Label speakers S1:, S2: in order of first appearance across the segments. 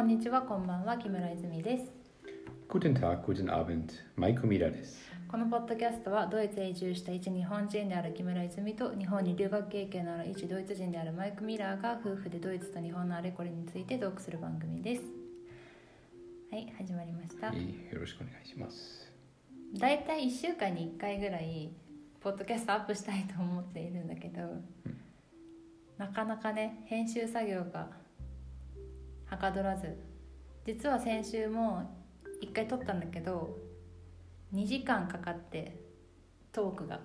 S1: んにちは、こんばんは、木村泉です。
S2: Guten Tag, guten Abend. Maiko Mira です。
S1: このポッドキャストはドイツへ移住した一日本人である木村泉と日本に留学経験のある一ドイツ人であるマイク・ミラーが夫婦でドイツと日本のあれこれについてトークする番組です。はい、始まりました
S2: は。い、よろしくお願いします。
S1: だいたい1週間に1回ぐらいポッドキャストアップしたいと思っているんだけど、なかなかね編集作業がはかどらず実は先週も1回撮ったんだけど2時間かかってトークが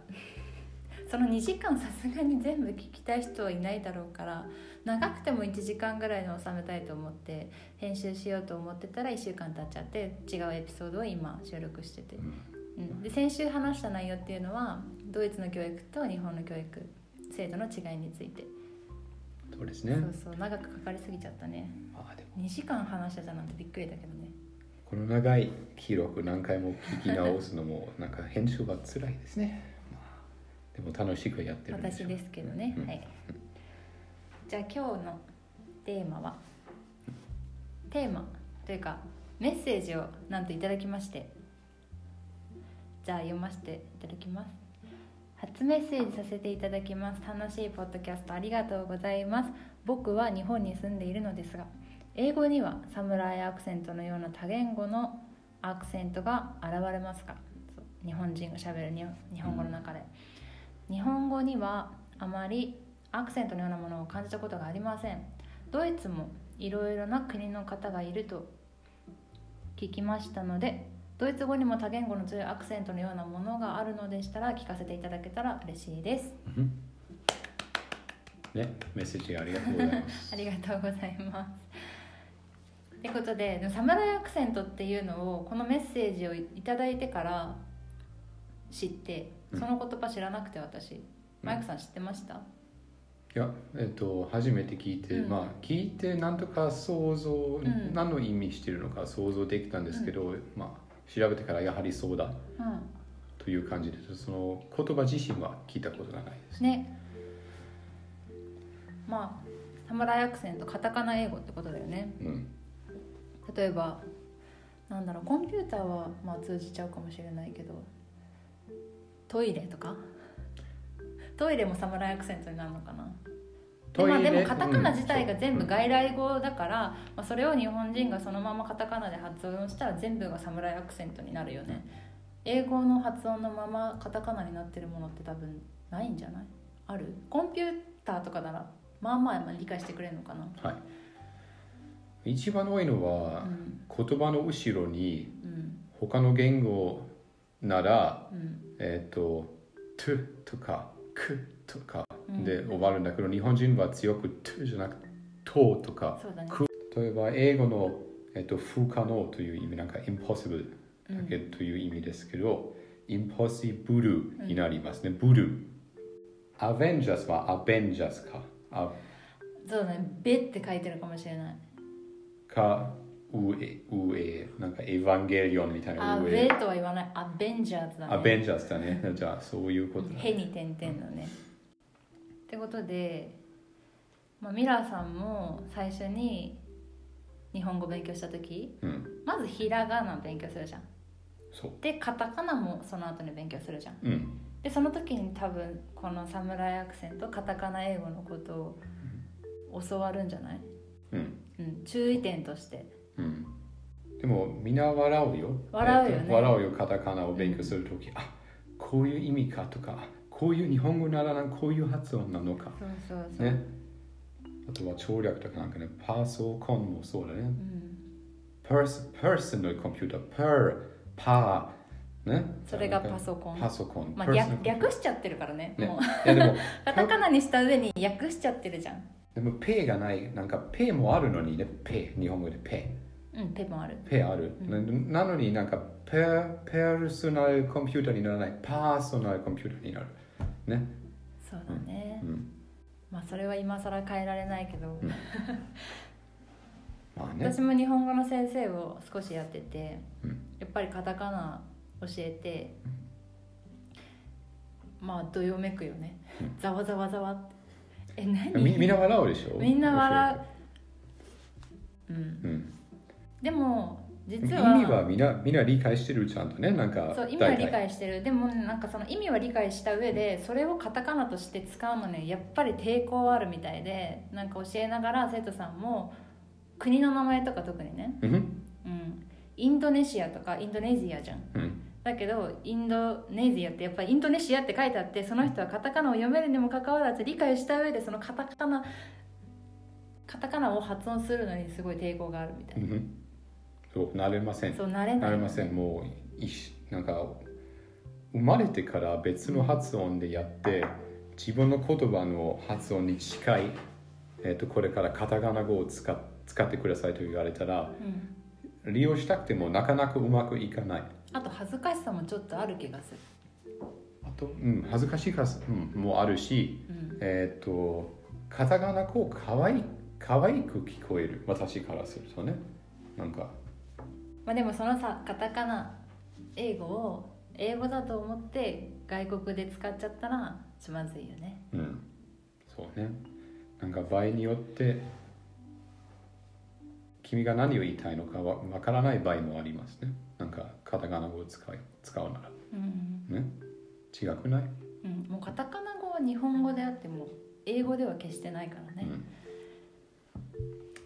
S1: その2時間さすがに全部聞きたい人はいないだろうから長くても1時間ぐらいの収めたいと思って編集しようと思ってたら1週間経っちゃって違うエピソードを今収録してて
S2: うん
S1: うん、で先週話した内容っていうのはドイツの教育と日本の教育制度の違いについて、
S2: そうですね。
S1: そうそう長くかかりすぎちゃったね
S2: まあでも
S1: 2時間話してたなんてびっくりだけどね
S2: この長い記録何回も聞き直すのもなんか編集が辛いですね。まあ、でも楽しくやってるんでし
S1: 私
S2: ょう
S1: ですけどね、
S2: うん
S1: はいじゃあ今日のテーマはテーマというかメッセージをなんといただきましてじゃあ読ませていただきます初メッセージさせていただきます楽しいポッドキャストありがとうございます僕は日本に住んでいるのですが英語にはサムライアクセントのような多言語のアクセントが現れますがそう日本人がしゃべるに日本語の中で、日本語にはあまりアクセントのようなものを感じたことがありませんドイツもいろいろな国の方がいると聞きましたのでドイツ語にも多言語の強いアクセントのようなものがあるのでしたら聞かせていただけたら嬉しいです
S2: うんね、メッセージありがとうございま す。
S1: ありがとうございますということでサムライアクセントっていうのをこのメッセージをいただいてから知ってその言葉知らなくて私、マイクさん知ってました、
S2: いや、えっと初めて聞いて、
S1: うん
S2: まあ聞いてなんとか想像、
S1: ん
S2: 何の意味してるのか想像できたんですけど、まあ調べてからやはりそうだ
S1: うん
S2: という感じでその言葉自身は聞いたことがないですね。
S1: ねまあサムライアクセントカタカナ英語ってことだよね
S2: うん、
S1: 例えばなんだろうコンピューターはまあ通じちゃうかもしれないけどトイレとかトイレもサムライアクセントになるのかなで,、まあ、でもカタカナ自体が全部外来語だから、まあ、それを日本人がそのままカタカナで発音したら全部がサムライアクセントになるよね英語の発音のままカタカナになってるものって多分ないんじゃないあるコンピューターとかならまあまあまあ理解してくれるのかな
S2: はい、一番多いの
S1: う
S2: は、
S1: ん
S2: 言葉の後ろに
S1: うん
S2: 他の言語なら
S1: うん
S2: えっ、と「と」とか「く」とか
S1: うん
S2: で終わるんだけど、日本人は強く「と」じゃなくて「と」とか
S1: そうだね
S2: 例えば英語の、えっと不可能という意味なんか「impossible」だけという意味ですけど「impossible」になりますね「ブルー」「アベンジャス」は「アベンジャスか」あ
S1: そうだね「べ」って書いてるかもしれない
S2: かうえうえなんかエヴァンゲリオンみた
S1: 「
S2: い
S1: あ
S2: なう
S1: べ
S2: え」
S1: とは言わない「アベンジャーズ」だね
S2: アベンジャーズだねじゃあそういうことだ
S1: へに点々のね。ってことで、まあ、ミラーさんも最初に日本語勉強した時
S2: うん
S1: まずひらがな勉強するじゃん
S2: そう
S1: でカタカナもその後に勉強するじゃん
S2: うん
S1: でその時に多分このサムライアクセントカタカナ英語のことを教わるんじゃない、
S2: うん
S1: うん、注意点として
S2: うんでもみんな笑うよ
S1: 笑うよね
S2: えっと笑うよカタカナを勉強するとき、あこういう意味かとかこういう日本語ならこういう発音なのか
S1: そうそうそう、
S2: ねあとは調略とかなんかねパーソコンもそうだね
S1: うん、
S2: パースパーソナルコンピューターパーパーね
S1: それがパソコン
S2: パソコン
S1: まあ、
S2: personal
S1: 略
S2: computer
S1: 略しちゃってるからね
S2: ね
S1: もう
S2: いやでも
S1: カタカナにした上に略しちゃってるじゃん
S2: でもペがないなんかペもあるのにねペ日本語でペ
S1: うんペもある
S2: ペある、ななのになんかペペルソナルコンピューターにならないパーソナルコンピューターになるね
S1: そうだね、
S2: うん
S1: まあそれは今更変えられないけど、
S2: うんまあね
S1: 私も日本語の先生を少しやってて、
S2: うん
S1: やっぱりカタカナ教えて、まあどよめくよね、ざわざわざわってえ何
S2: みみんな笑うでしょ
S1: みんな笑う、うん、
S2: う、うん、
S1: でも
S2: 意味
S1: 実は
S2: はみんなみんな理解してるちゃんとねなんか
S1: そう意味は
S2: 大
S1: 理
S2: 体
S1: 解してるでもなんかその意味は理解した上でそれをカタカナとして使うのにやっぱり抵抗あるみたいでなんか教えながら生徒さんも国の名前とか特にね、
S2: うん
S1: うん、インドネシアとかインドネシアじゃん
S2: うん
S1: だけどインドネシアってやっぱりインドネシアって書いてあってその人はカタカナを読めるにもかかわらず理解した上でそのカタカナカタカナを発音するのにすごい抵抗があるみた
S2: う
S1: い
S2: んそうなれません
S1: なそう慣れな
S2: ないれませんもういしなんか生まれてから別の発音でやって自分の言葉の発音に近い、えっとこれからカタカナ語を使っ使ってくださいと言われたら
S1: うん、
S2: 利用したくてもなかなかうまくいかない
S1: あと恥ずかしさもちょっとある気がする
S2: あと、うん、恥ずかしいか、うん、もあるし
S1: うん
S2: えっ、とカタカナ語かわいい可愛く聞こえる私からするとねなんか
S1: まあ、でもそのさカタカナ英語を英語だと思って外国で使っちゃったらつまずいよね
S2: うんそうねなんか場合によって君が何を言いたいのかわわからない場合もありますねなんかカタカナ語を使い使うな
S1: うん、
S2: らね違くない、
S1: うん、もうカタカナ語は日本語であっても英語では決してないからね、
S2: うん
S1: っ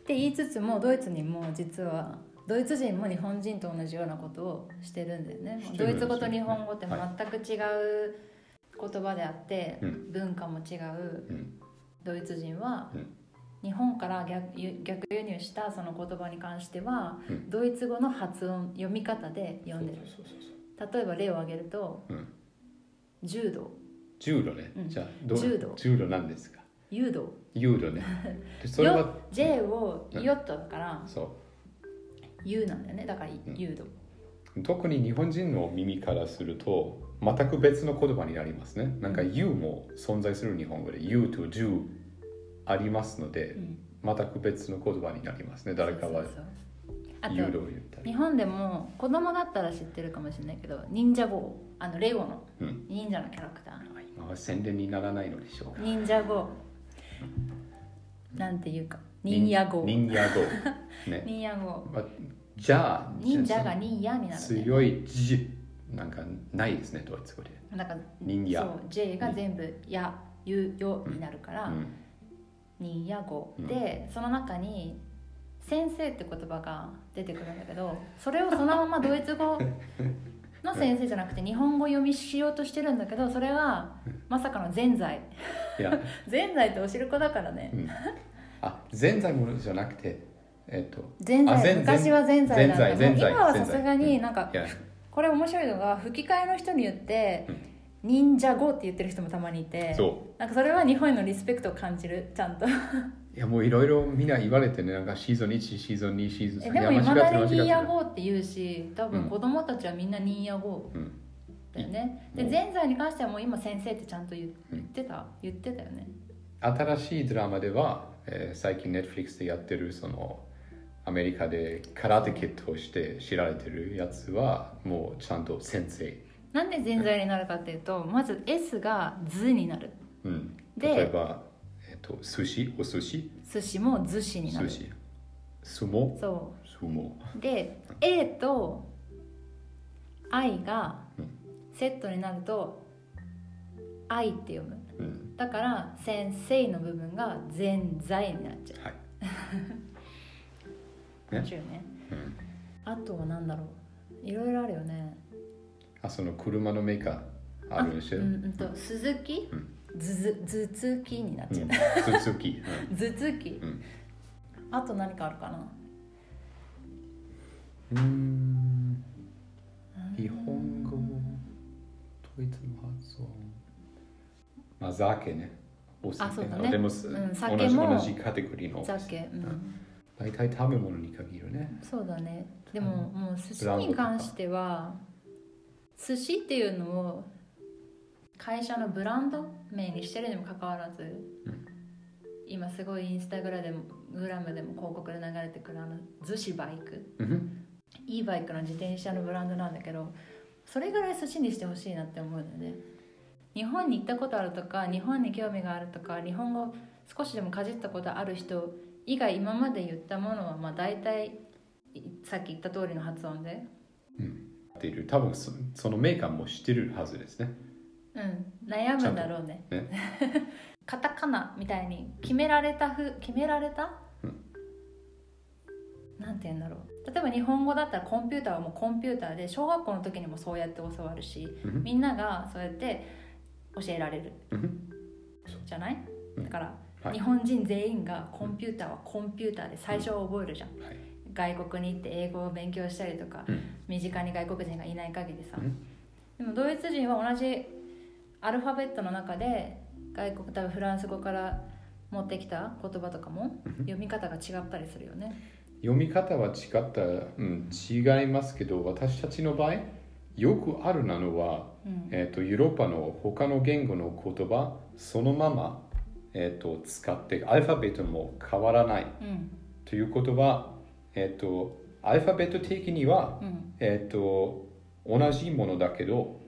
S1: て言いつつもドイツにも実はドイツ人も日本人と同じようなことをしてるんだよね
S2: してるんです
S1: ド
S2: よ
S1: イツ語と日本語って
S2: は
S1: 全く違う言葉であって、
S2: うん
S1: 文化も違う
S2: うん
S1: ドイツ人は、
S2: うん
S1: 日本から逆輸逆輸入したその言葉に関しては、
S2: うん
S1: ドイツ語の発音読み方で読んでる
S2: そうそうそうそ
S1: 例
S2: う
S1: えば例を挙げると、
S2: うん
S1: 柔道
S2: 柔道ね、
S1: うん
S2: じゃあどう
S1: 柔道
S2: 柔道なんですか
S1: 柔道
S2: 柔道ね でそれは
S1: J を
S2: うん
S1: ヨットだから
S2: そう
S1: 言うなんだよねだから柔道、
S2: 特に日本人の耳からすると全く別の言葉になりますね。なんか「you」も存在する日本語で「you」と「do」ありますので
S1: うん
S2: 全く別の言葉になりますね。誰かは
S1: そうそう
S2: 「
S1: そう
S2: you」
S1: あと
S2: を言ったり。
S1: 日本でも子供だったら知ってるかもしれないけど忍者号あのレゴの
S2: うん
S1: 忍者のキャラクター
S2: あ今は宣伝にならないのでしょうか。
S1: 忍者号なんていうか忍者号
S2: 忍者 語。ね。
S1: 忍者号
S2: まあじゃあ
S1: 忍者が忍者になる、ね、
S2: 強い「じ」なんかないですねドイツ語で。
S1: なんか
S2: 忍者
S1: そう J が全部「や」「ゆ」「よ」になるから、
S2: うん
S1: 忍者語
S2: うん
S1: でその中に「先生」って言葉が出てくるんだけどそれをそのままドイツ語 の先生じゃなくて日本語読みしようとしてるんだけどそれがまさかの「ぜんざい
S2: いや」
S1: ぜんざいってお汁粉だからね
S2: うんあ全財ものじゃなくてえっと
S1: ぜんざ
S2: あぜ
S1: い
S2: ん
S1: 昔はぜんざいだった
S2: ぜ
S1: け
S2: ん
S1: ど
S2: ざい
S1: 今は
S2: ぜん
S1: さ
S2: ざい
S1: すがになんか
S2: いや
S1: これ面白いのが吹き替えの人によって
S2: うん
S1: 「忍者語」って言ってる人もたまにいて
S2: そう。
S1: なんかそれは日本へのリスペクトを感じるちゃんと
S2: いやもういろいろみんな言われてね、なんかシーズン1、シーズン2、シーズン
S1: え
S2: 3。
S1: でも
S2: い
S1: い
S2: や
S1: ま
S2: 間違
S1: だ
S2: ってる
S1: に
S2: 間
S1: 忍
S2: 違って
S1: 者
S2: る
S1: 語って言うし多
S2: うん
S1: 分子供たちはみんな忍者語
S2: うん
S1: だよね、
S2: う
S1: で
S2: ん
S1: 前座に関してはもう今先生ってちゃんと言
S2: う
S1: 言
S2: ん
S1: ってた、言ってたよね
S2: 新しいドラマでは、えー最近 Netflix でやってるそのアメリカで空手キットをして知られてるやつはもうちゃんと先生。
S1: なんで前座になるかっていうとまず S が「図」になる
S2: うん、
S1: で
S2: 例えば、えっと寿司、お寿司、
S1: 寿司も「寿司」にな
S2: 寿
S1: る
S2: 司。相撲、
S1: そ
S2: 相撲。
S1: うで A と I が
S2: うん
S1: セットになると「I」って読む
S2: うん、
S1: だから「先生」の部分が「前座」になっちゃ
S2: はい。
S1: う面白いね
S2: うん
S1: あとは何だろういろいろあるよね
S2: あ、その車のメーカーあるでしょ。
S1: う
S2: うんん、
S1: うんと鈴木
S2: うん
S1: ずず頭突きになっちゃ う、
S2: 鈴木。
S1: 頭突き、
S2: うん
S1: あと何かあるかな
S2: うんうん日本語ドイツの発音まあ酒ねお酒
S1: あそうだね
S2: でも、
S1: ん酒も
S2: 同じ同じカテゴリーの
S1: ざけ、うん
S2: 大体食べ物に限るね
S1: そうだねでももう寿司
S2: ブランド
S1: に
S2: とか
S1: 関しては寿司っていうのを会社のブランド名にしてるにもかかわらず、
S2: うん
S1: 今すごいインスタグラでもグラムでも広告で流れてくるあの寿司バイク
S2: うん
S1: いいバイクの自転車のブランドなんだけどそれぐらい寿司にしてほしいなって思うのね日本に行ったことあるとか日本に興味があるとか日本語少しでもかじったことある人以外今まで言ったものはまあ大体いさっき言った通りの発音で
S2: っている多分そそのメーカーも知ってるはずですね
S1: うん悩むんだろうね
S2: ちゃん と
S1: カタカナみたいに決められたふ決められた、
S2: う
S1: なんて言うんだろう例えば日本語だったらコンピューターはもうコンピューターで小学校の時にもそうやって教わるし
S2: うん
S1: みんながそうやって教えられる
S2: うん
S1: じゃない
S2: うん
S1: だから、
S2: はい
S1: 日本人全員がコンピューターはコンピューターで最初は覚えるじゃん、
S2: はい
S1: 外国に行って英語を勉強したりとか、
S2: うん
S1: 身近に外国人がいない限りさ、
S2: うん
S1: でもドイツ人は同じアルファベットの中で外国多分フランス語から持ってきた言葉とかも
S2: うん
S1: 読み方が違ったりするよね、
S2: 読み方は違った、うん、違いますけど私たちの場合よくあるなのは、
S1: うん
S2: えー、とヨーロッパの他の言語の言葉そのまま、えー、と使ってアルファベットも変わらない
S1: うん
S2: ということは、えー、とアルファベット的には、
S1: うん
S2: えー、と同じものだけど、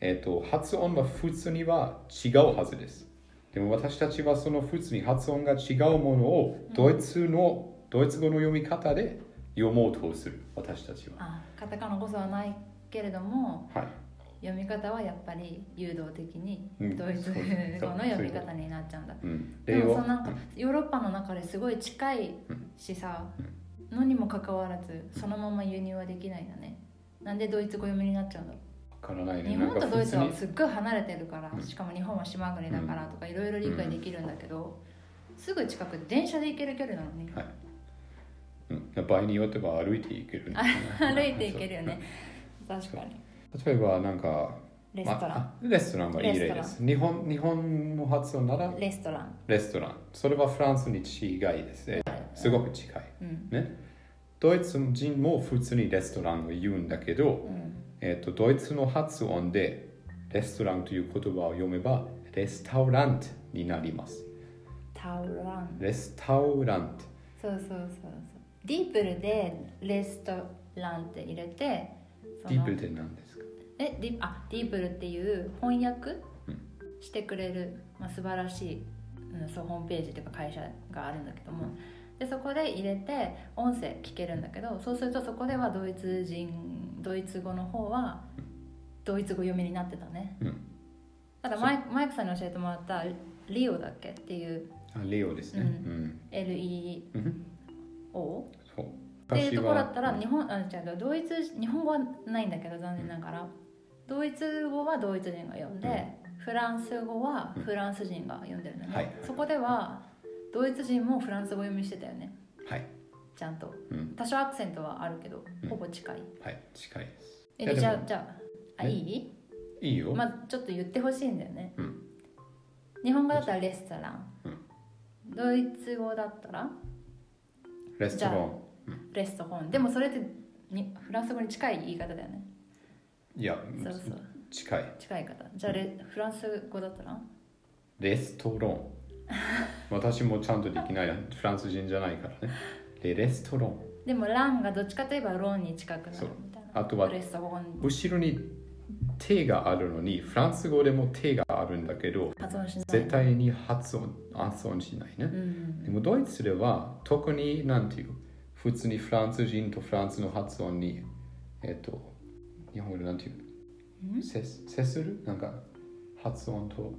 S2: えー、と発音は普通には違うはずですでも私たちはその普通に発音が違うものをドイツの、ドイツ語の読み方で読もうとする私たちは、
S1: あカタカナこそはないけれども
S2: はい、
S1: 読み方はやっぱり誘導的に
S2: うん
S1: ドイツ
S2: そう
S1: 語
S2: そう
S1: の読み
S2: そう
S1: 方になっちゃうんだ
S2: うん、
S1: でも
S2: 例
S1: さ
S2: を
S1: なんか
S2: うん
S1: ヨーロッパの中ですごい近いしさ、のにもかかわらずそのまま輸入はできないんだねなんでドイツ語読みになっちゃうんだろ
S2: わからないうね
S1: 日本とドイツ
S2: な
S1: は
S2: んか普
S1: す
S2: 通に
S1: っごい離れてるから
S2: うん
S1: しかも日本は島国だからとかいろいろ理解できるんだけど、すぐ近く電車で行ける距離なのに、
S2: はいうん、場合によっては歩いていける、ね、
S1: 歩いて行けるよね確かに
S2: そう例えばなんか
S1: レストラン、
S2: まあ、レストランはいい例です日本日本の発音なら
S1: レストラン
S2: レストランそれはフランスに違いですねすごく近い
S1: うん
S2: ねドイツ人も普通にレストランを言うんだけど、
S1: うん
S2: えっとドイツの発音でレストランという言葉を読めばレスタウラントになります
S1: タウラン
S2: レスタウラン
S1: そ
S2: ト
S1: うそうそうそうディープルでレストランって入れてその
S2: ディープルって何ですか
S1: えディあディープルっていう翻訳
S2: うん
S1: してくれる、まあ、素晴らしい、うん、そうホームページというか会社があるんだけども、でそこで入れて音声聞けるんだけどそうするとそこではドイツ人ドイツ語の方はドイツ語読みになってたね、
S2: うん
S1: ただマイマイクさんに教えてもらったリオだっけっていう
S2: あレオですね
S1: う
S2: うんん、
S1: LEO
S2: うん、そう
S1: っていうところだったら
S2: 昔は
S1: 日本あ違うドイツ日本語はないんだけど残念ながら、ドイツ語はドイツ人が読んで、フランス語はフランス人が読んでるのね、
S2: はい
S1: そこではドイツ人もフランス語読みしてたよね
S2: はい、
S1: ちゃんと
S2: うん
S1: 多少アクセントはあるけど
S2: うん
S1: ほぼ近い、
S2: はい、近いです
S1: え
S2: いや
S1: じ
S2: で
S1: ゃ
S2: も
S1: あじゃああ
S2: え
S1: いい
S2: いいよ、
S1: まあちょっと言ってほしいんだよね、
S2: うん
S1: 日本語だったらレストラン、ドイツ語だったら
S2: レストラ
S1: じゃ
S2: ン
S1: レストホンでもそれってにフランス語に近い言い方だよね
S2: いや
S1: そうそう
S2: 近い
S1: 近い方じゃあレフランス語だったら
S2: レストロン 私もちゃんとできないフランス人じゃないからねでレストロン
S1: でもランがどっちかといえばロンに近くな
S2: そ
S1: る
S2: う
S1: みたいな
S2: あとは
S1: レストホン
S2: 後ろに「手」があるのにフランス語でも「手」があるんだけど
S1: 発音しない
S2: 絶対に発音発音しないね、
S1: うん
S2: でもドイツでは特になんていう普通にフランス人とフランスの発音にえっ、と日本語でなんてい
S1: ん
S2: う接接するなんか発音と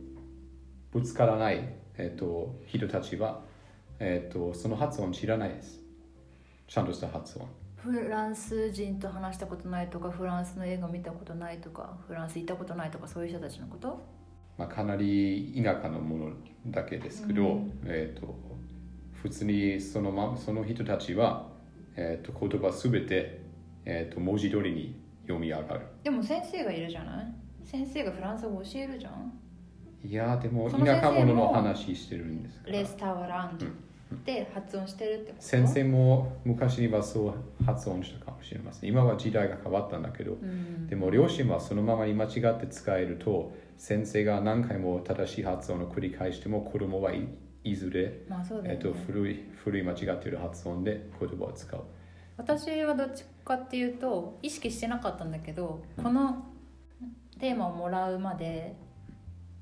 S2: ぶつからない、えっと人たちは、えっとその発音知らないですちゃんとした発音
S1: フランス人と話したことないとかフランスの映画見たことないとかフランス行ったことないとかそういう人たちのこと
S2: まあ、かなり田舎のものだけですけど、
S1: うん
S2: えー、と普通にその,、ま、その人たちは、えー、と言葉すべて、えー、と文字通りに読み上がる。
S1: でも先生がいるじゃない先生がフランス語教えるじゃん
S2: いやーでも
S1: その先
S2: 田
S1: 生も
S2: 舎者の話してるんですから
S1: レスタワランドって発音してるってこと
S2: 先生も昔にはそう発音したかもしれません今は時代が変わったんだけど
S1: うん
S2: でも両親はそのままに間違って使えると先生が何回も正しい発音を繰り返しても子供はいいずれ
S1: まあそうだ
S2: え
S1: よ
S2: っ
S1: ね、
S2: と、古い古い間違っている発音で言葉を使う。
S1: 私はどっちかっていうと意識してなかったんだけどこのテーマをもらうまで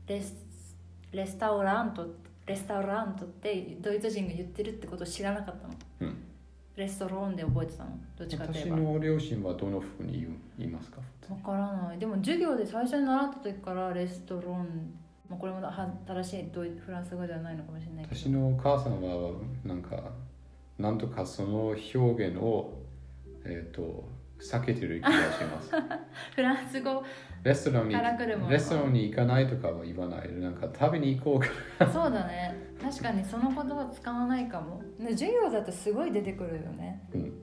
S1: レスレスタオラントレスタオラントってドイツ人が言ってるってことを知らなかったの
S2: うん
S1: レストローンで覚えてたのどっちかといえ
S2: 私
S1: ばわ
S2: の両親はどのふうに言う言いますか
S1: からないでも授業で最初に習った時からレストローン、まあ、これもは正しいドイフランス語ではないのかもしれないけ
S2: 私
S1: ど
S2: のお母さんはなんかなんとかその表現を、えー、と避けてる気がし ます
S1: フランス語
S2: レストランに
S1: からくるもの
S2: レストランに行かないとかは言わないなんか食べに行こうか
S1: そうだね確かにその言葉使わないかもね授業だとすごい出てくるよね、
S2: うん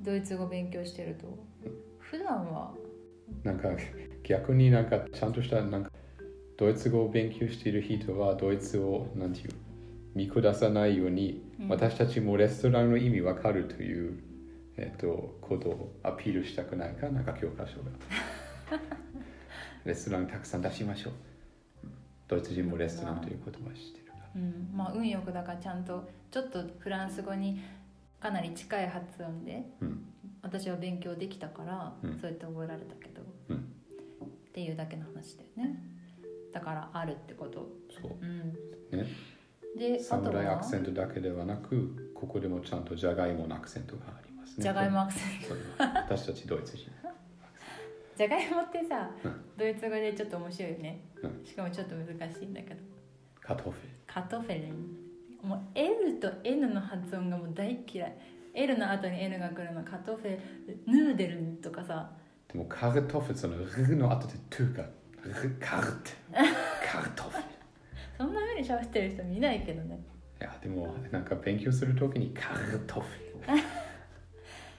S1: ドイツ語勉強してると普段は
S2: なんか逆になんかちゃんとしたなんかドイツ語を勉強している人はドイツをなんていう見下さないように、
S1: うん
S2: 私たちもレストランの意味わかるという、えっとことをアピールしたくないかなんか教科 書がレストランたくさん出しましょうドイツ人もレストランという言葉を知ってるから
S1: うん、まあ運よくだからちゃんとちょっとフランス語にかなり近い発音で
S2: うん
S1: 私は勉強できたから、
S2: うん
S1: そうやって覚えられたけど、
S2: うん
S1: っていうだけの話だよねだからあるってこと、
S2: そう
S1: うん、
S2: ね
S1: であと
S2: 侍ア
S1: は
S2: クセントだけではなくここでもちゃんとジャガイモのアクセントがありますね
S1: じゃがいもアクセン
S2: それは私たちドイツ人
S1: トじゃがいもってさ、
S2: うん
S1: ドイツ語でちょっと面白いよね、
S2: う
S1: しかもちょっと難しいんだけど
S2: カトフェ
S1: カトフェレンもう L と N の発音がもう大嫌い L の後に N が来るのカトフェヌーデルとかさ
S2: でもカルトフェそのルの後でトゥがルカル テカルトフェ
S1: そんな風に喋ってる人見ないけどね
S2: いやでもなんか勉強するときにカルトフェ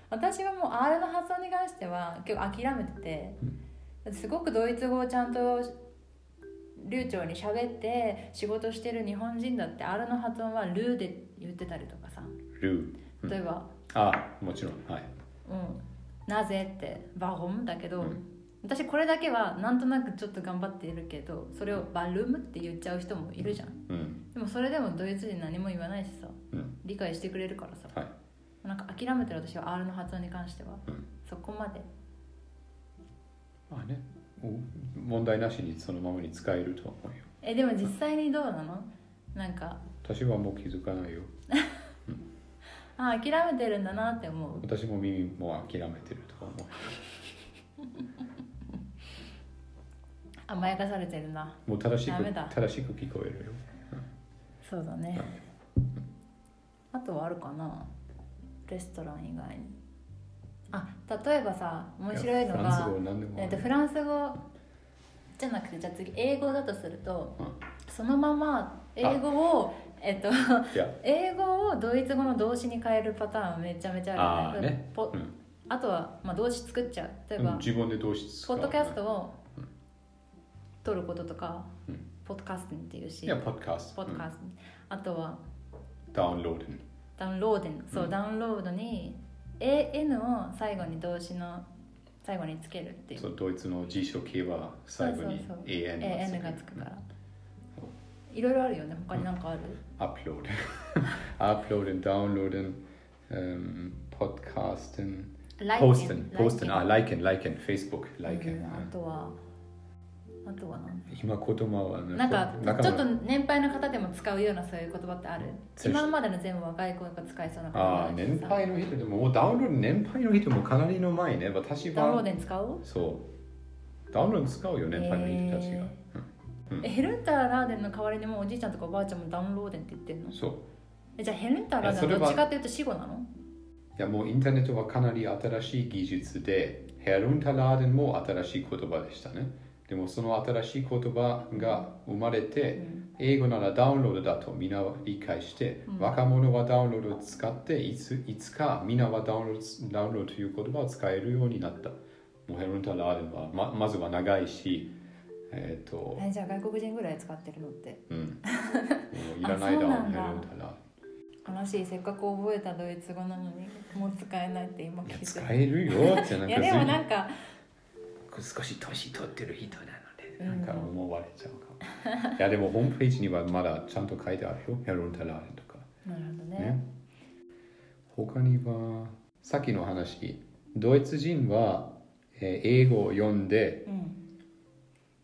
S1: 私はもう R の発音に関しては結構諦めてて、すごくドイツ語をちゃんと流暢に喋って仕事してる日本人だって R の発音は「ルー」で言ってたりとかさ
S2: ルうん
S1: 例えば
S2: あもちろんはい
S1: 「うん、なぜ?」って「バホム」だけど、
S2: うん
S1: 私これだけはなんとなくちょっと頑張っているけどそれを「バルム」って言っちゃう人もいるじゃん
S2: うん
S1: でもそれでもドイツ人何も言わないしさ
S2: うん
S1: 理解してくれるからさ
S2: はい
S1: なんか諦めてる私は R の発音に関しては、
S2: うん
S1: そこまで
S2: まあねお問題なしにそのままに使えるとは思うよ
S1: えでも実際にどうなのなんか
S2: 私はもう気づかないよ
S1: あ諦めてるんだなって思う
S2: 私も耳も諦めてるとは思
S1: 甘やかされてるな
S2: うもう正し
S1: ダ
S2: く
S1: メだ
S2: 正しく聞こえるよ
S1: そうだねあとはあるかなレストラン以外にあ例えばさ面白いの
S2: やフランス
S1: が
S2: 語何でも
S1: え
S2: あ
S1: っと
S2: る
S1: フランス語じゃなくてじゃあ次英語だとすると
S2: うん
S1: そのまま英語をえっと
S2: いや
S1: 英語をドイツ語の動詞に変えるパターンめちゃめちゃあるよ
S2: あーね
S1: ポ
S2: うん
S1: あとは、まあ、動詞作っちゃう例えば、
S2: うん自分でどうし
S1: ポッ
S2: 使うの
S1: ドキャストを
S2: うん
S1: 撮ることとか、
S2: うん
S1: ポッドキャストっていうし
S2: いやポッドキャス
S1: ポ
S2: ト
S1: ッドキャスト、あとは
S2: うんダウンロードに
S1: ダウンローデンそう、
S2: うん
S1: ダウンロードに AN を最後に動詞の最後につけるっていう
S2: そうドイツの辞書系は最後に
S1: そうそうそう
S2: AN が
S1: AN がつくから、いろいろあるよね他に何かある、
S2: アップ ロードアップロードダウンロードポッドキャストポストンポストンあ
S1: Liken
S2: ライケンライケンフェイスブックライケ
S1: うん
S2: ン
S1: あとはあとは何
S2: 今言葉はね
S1: なん
S2: こ
S1: かちょっと
S2: 仲間
S1: 年配の方でも使うようなそういう言葉ってある
S2: そう
S1: 今までの全部若い子が使えそうな言
S2: あ
S1: 葉
S2: あ
S1: だけ
S2: 年
S1: どさ
S2: 配の人でももうダウンロード年配の人もかなりの前ね私
S1: ダウンロー
S2: は
S1: デン使おう
S2: そうダウンロード使うよ年配の人たちが
S1: へえヘルンターラーデンの代わりにもうおじいちゃんとかおばあちゃんもダウンローデンって言ってる
S2: う
S1: の
S2: んそう
S1: えじゃあヘルンターラーデン
S2: いやそれ
S1: は
S2: は
S1: どっちかっていうと死語なの
S2: いやもうインターネットはかなり新しい技術で、ヘルンタラーデンも新しい言葉でしたね。でもその新しい言葉が生まれて、英語ならダウンロードだとみんなは理解して、
S1: うん
S2: 若者はダウンロードを使って、いついつかみんなはダウンロードダウンロードという言葉を使えるようになった。もうヘルンタラーデンはままずは長いし、えっ、と、
S1: えじゃあ外国人ぐらい使ってるのって
S2: うん。もういらな
S1: あ
S2: いだ
S1: そ
S2: ろ
S1: う
S2: う、ヘ
S1: な
S2: ル
S1: ん
S2: ン
S1: だ
S2: タラーデン。
S1: 悲しいせっかく覚えたドイツ語なのにもう使えないって今
S2: い
S1: 聞
S2: や
S1: い
S2: 使
S1: て
S2: えるよってなんか
S1: いやでもなんか
S2: 少し年取ってる人なので
S1: う
S2: なんんか思われちゃうかも、いやでもホームページにはまだちゃんと書いてあるよヘロンタラーレンとか
S1: なるほどね
S2: ね他にはさっきの話ドイツ人は、えー英語を読んで
S1: うん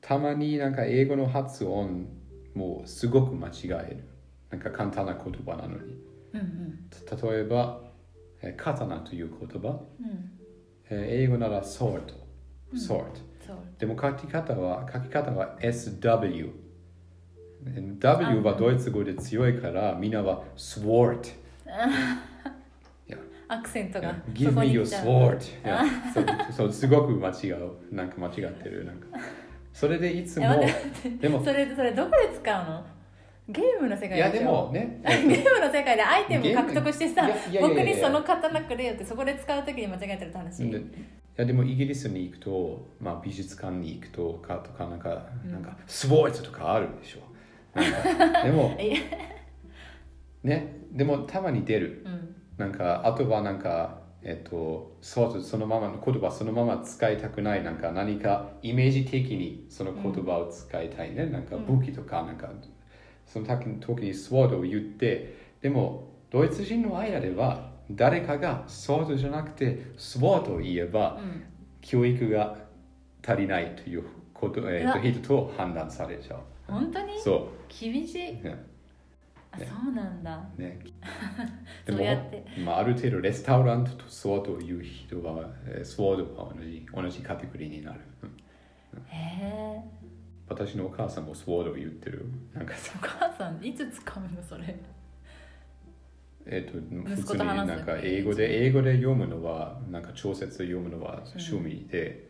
S2: たまになんか英語の発音もすごく間違えるなんか簡単な言葉なのに
S1: うんうん
S2: た例えば、ええー刀という言葉、
S1: うん
S2: えー英語なら sword、sword。
S1: そう
S2: でも書き方は、書き方は SW。W はドイツ語で強いから、みんなは sword。いや
S1: アクセントが
S2: Give me your
S1: 来ちゃう
S2: sword! いやそうそうすごく間違う。なんか間違ってる。なんかそれでいつ
S1: いや
S2: も
S1: 待って待って
S2: でも
S1: それそれどこで使うのゲームの世界
S2: いや
S1: しょ
S2: でもね
S1: ゲームの世界でアイテムを獲得してさ
S2: ゲームいやいやい
S1: 僕
S2: やいや
S1: にその刀くれよってそこで使う時に間違えてるって話
S2: でいやでもイギリスに行くと、まあ、美術館に行くとかとかなんか、なんかスポーツとかあるでしょなんかでも
S1: いや
S2: ねでもたまに出る
S1: うん
S2: なんかあとはなんかえっとそうそのままの言葉そのまま使いたくないなんか何かイメージ的にその言葉を使いたいね、なんか武器とかなんか、その時時にスワードを言ってでもドイツ人の間では誰かがスワードじゃなくてスワードを言えば、
S1: うん
S2: 教育が足りないということ、え
S1: う
S2: ー、
S1: わ
S2: と人と判断されちゃう。
S1: 本当に
S2: そ、
S1: 厳しいう
S2: ね
S1: あそうなんだ、
S2: ね
S1: そうやって
S2: でも、まあ、ある程度レスタラントとスワードを言う人は、えースワードは同じ同じカテゴリーになる、うん
S1: へえ
S2: 私のお母さんもスワードを言ってるなんか
S1: お
S2: さ
S1: 母さんいつ使うのそれ
S2: えっと普
S1: 息子
S2: 通
S1: と話す
S2: になんか英語で英語で読むのはなんか調節読むのは趣味で、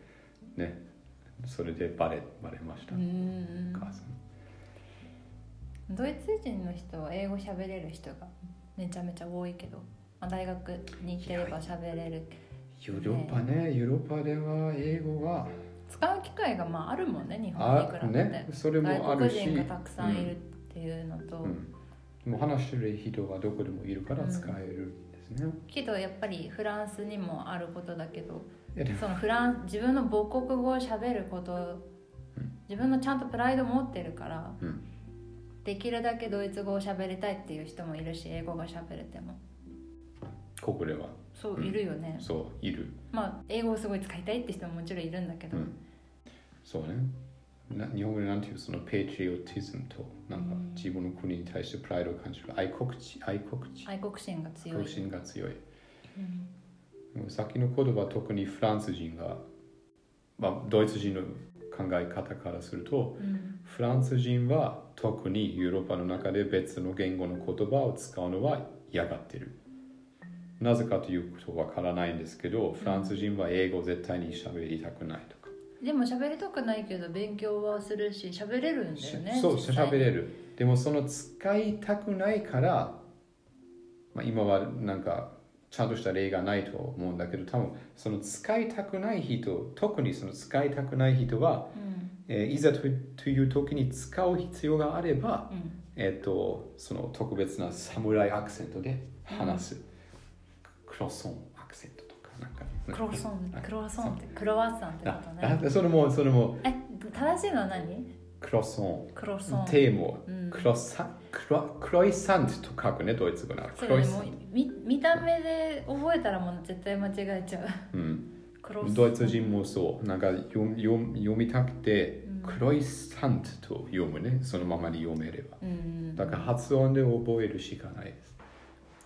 S2: ねそれでバレバレまし
S1: う
S2: た、
S1: ーん
S2: お母さん
S1: ドイツ人の人は英語喋れる人がめちゃめちゃ多いけど、まあ、大学に行ってれば喋れる
S2: ヨーロッパねヨーロッパでは英語は
S1: 使う機会がまああるもんね日本に
S2: あ
S1: 比べて、
S2: ねそれもあ
S1: 外
S2: る
S1: 国
S2: し
S1: 人がたくさんいるっていうのと、
S2: うんうん、もう話してる人はどこでもいるから使えるんですね、
S1: けどやっぱりフランスにもあることだけど
S2: いやでも
S1: そのフラン自分の母国語を喋ること
S2: うん
S1: 自分のちゃんとプライド持ってるから
S2: うん
S1: できるだけドイツ語を喋りたいっていう人もいるし英語が喋れても
S2: ここでは
S1: そううんいるよね、
S2: そういる、
S1: まあ英語をすごい使いたいって人ももちろんいるんだけ
S2: う
S1: ど、
S2: ん、そうねな日本語でなんていうそのペイチリオティズムとなんか
S1: うん
S2: 自分の国に対してプライドを感じる愛国心愛国心
S1: 愛国心が強い
S2: 愛国心が強い
S1: うん
S2: さっきの言葉特にフランス人が、まあ、ドイツ人の考え方からすると、
S1: うん
S2: フランス人は特にヨーロッパの中で別の言語の言葉を使うのは嫌がってる。なぜかということはわからないんですけど、フランス人は英語を絶対に喋りたくないとか。
S1: でも喋りたくないけど勉強はするし喋れるんだよね
S2: そう、
S1: 実際
S2: 喋れる。でもその使いたくないから、まあ、今はなんかちゃんとした例がないと思うんだけど、多分その使いたくない人、特にその使いたくない人は、
S1: うん
S2: えーいざとという時に使う必要があれば、
S1: うん
S2: えっとその特別な侍アクセントで話す、クロソンアクセントとかなんか
S1: クロワッサン
S2: あ
S1: クロワッサンってクロワッサンってこと
S2: あ
S1: ね
S2: あそれもそれも
S1: え正しいのは何
S2: クロソ
S1: クロソン
S2: ンテーマを
S1: うん
S2: クロサクロクロイサントと書くねドイツ語なら
S1: それ
S2: クロイ
S1: ね
S2: サ
S1: もう
S2: ン
S1: 見見た目で覚えたらもう絶対間違えちゃう
S2: ト、うん、
S1: クロス
S2: ドイツ人もそうなんか読む読む読みたくて、
S1: うん
S2: クロイサントと読むねそのままに読めれば
S1: うん
S2: だから発音で覚えるしかないです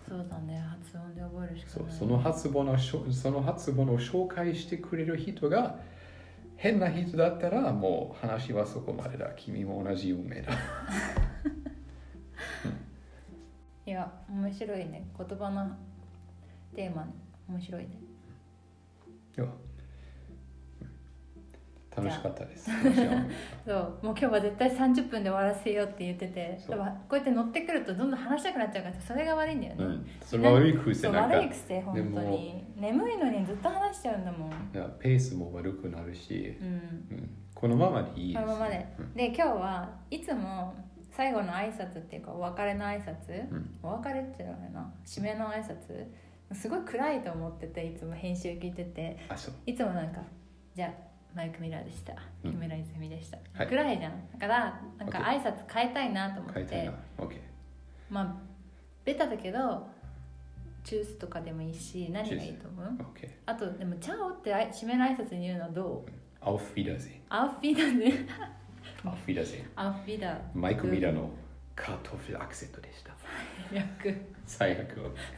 S1: そうだね発音で覚えるしか
S2: そう
S1: ない
S2: その発語のしょその発語の紹介してくれる人が変な人だったらもう話はそこまでだ君も同じ運命だ
S1: いや面白いね言葉のテーマ面白いね
S2: では楽しかったです楽しかった
S1: そうもう今日は絶対30分で終わらせようって言ってて
S2: そう
S1: でもこうやって乗ってくるとどんどん話したくなっちゃうからそれが悪いんだよね、
S2: うん、それは悪い
S1: そ
S2: 癖
S1: う
S2: なん
S1: 悪い
S2: か
S1: 癖本
S2: で
S1: 当に眠いのにずっと話しちゃうんだもん
S2: いやペースも悪くなるし、
S1: うん
S2: うん、このままでいいです、
S1: このままでで今日はいつも最後の挨拶っていうかお別れの挨拶、
S2: うん
S1: お別れっていうのかな締めの挨拶すごい暗いと思ってていつも編集聞いてて
S2: あそう
S1: いつもなんか「じゃあマイク・ミラーでした
S2: う
S1: 木
S2: ん
S1: 村泉でした」
S2: はい
S1: 暗いじゃんだからなんか
S2: OK
S1: 挨拶変えたいなと思っ
S2: 変えたい
S1: て
S2: な OK
S1: まあベタだけどチュースとかでもいいし何がいいと思う
S2: OK
S1: あとでも「チャオ」ってあい締めの挨拶に言うのはどう
S2: auf Wiedersehen
S1: アフィダね
S2: auf Wiedersehen
S1: アフィダ
S2: マイク・ミラーのカートフルアクセントでした
S1: 略
S2: 最悪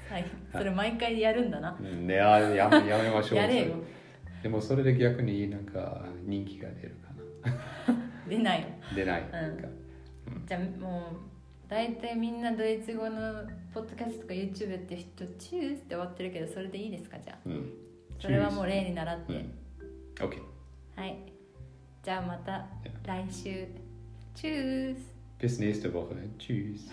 S1: はいそれ毎回やるんだな
S2: うんねあやめやめましょう
S1: やれよ
S2: でもそれで逆になんか人気が出るか
S1: 出ないよ
S2: な出ない、
S1: ん
S2: なんか
S1: じゃあもう大体みんなドイツ語のポッドキャストとか YouTube やってる人「チュース」って終わってるけどそれでいいですかじゃあ
S2: うん
S1: それはもう例に習っ
S2: う
S1: て、
S2: ん OK
S1: はいじゃあまた来週チュース
S2: bis nächste Woche tschüss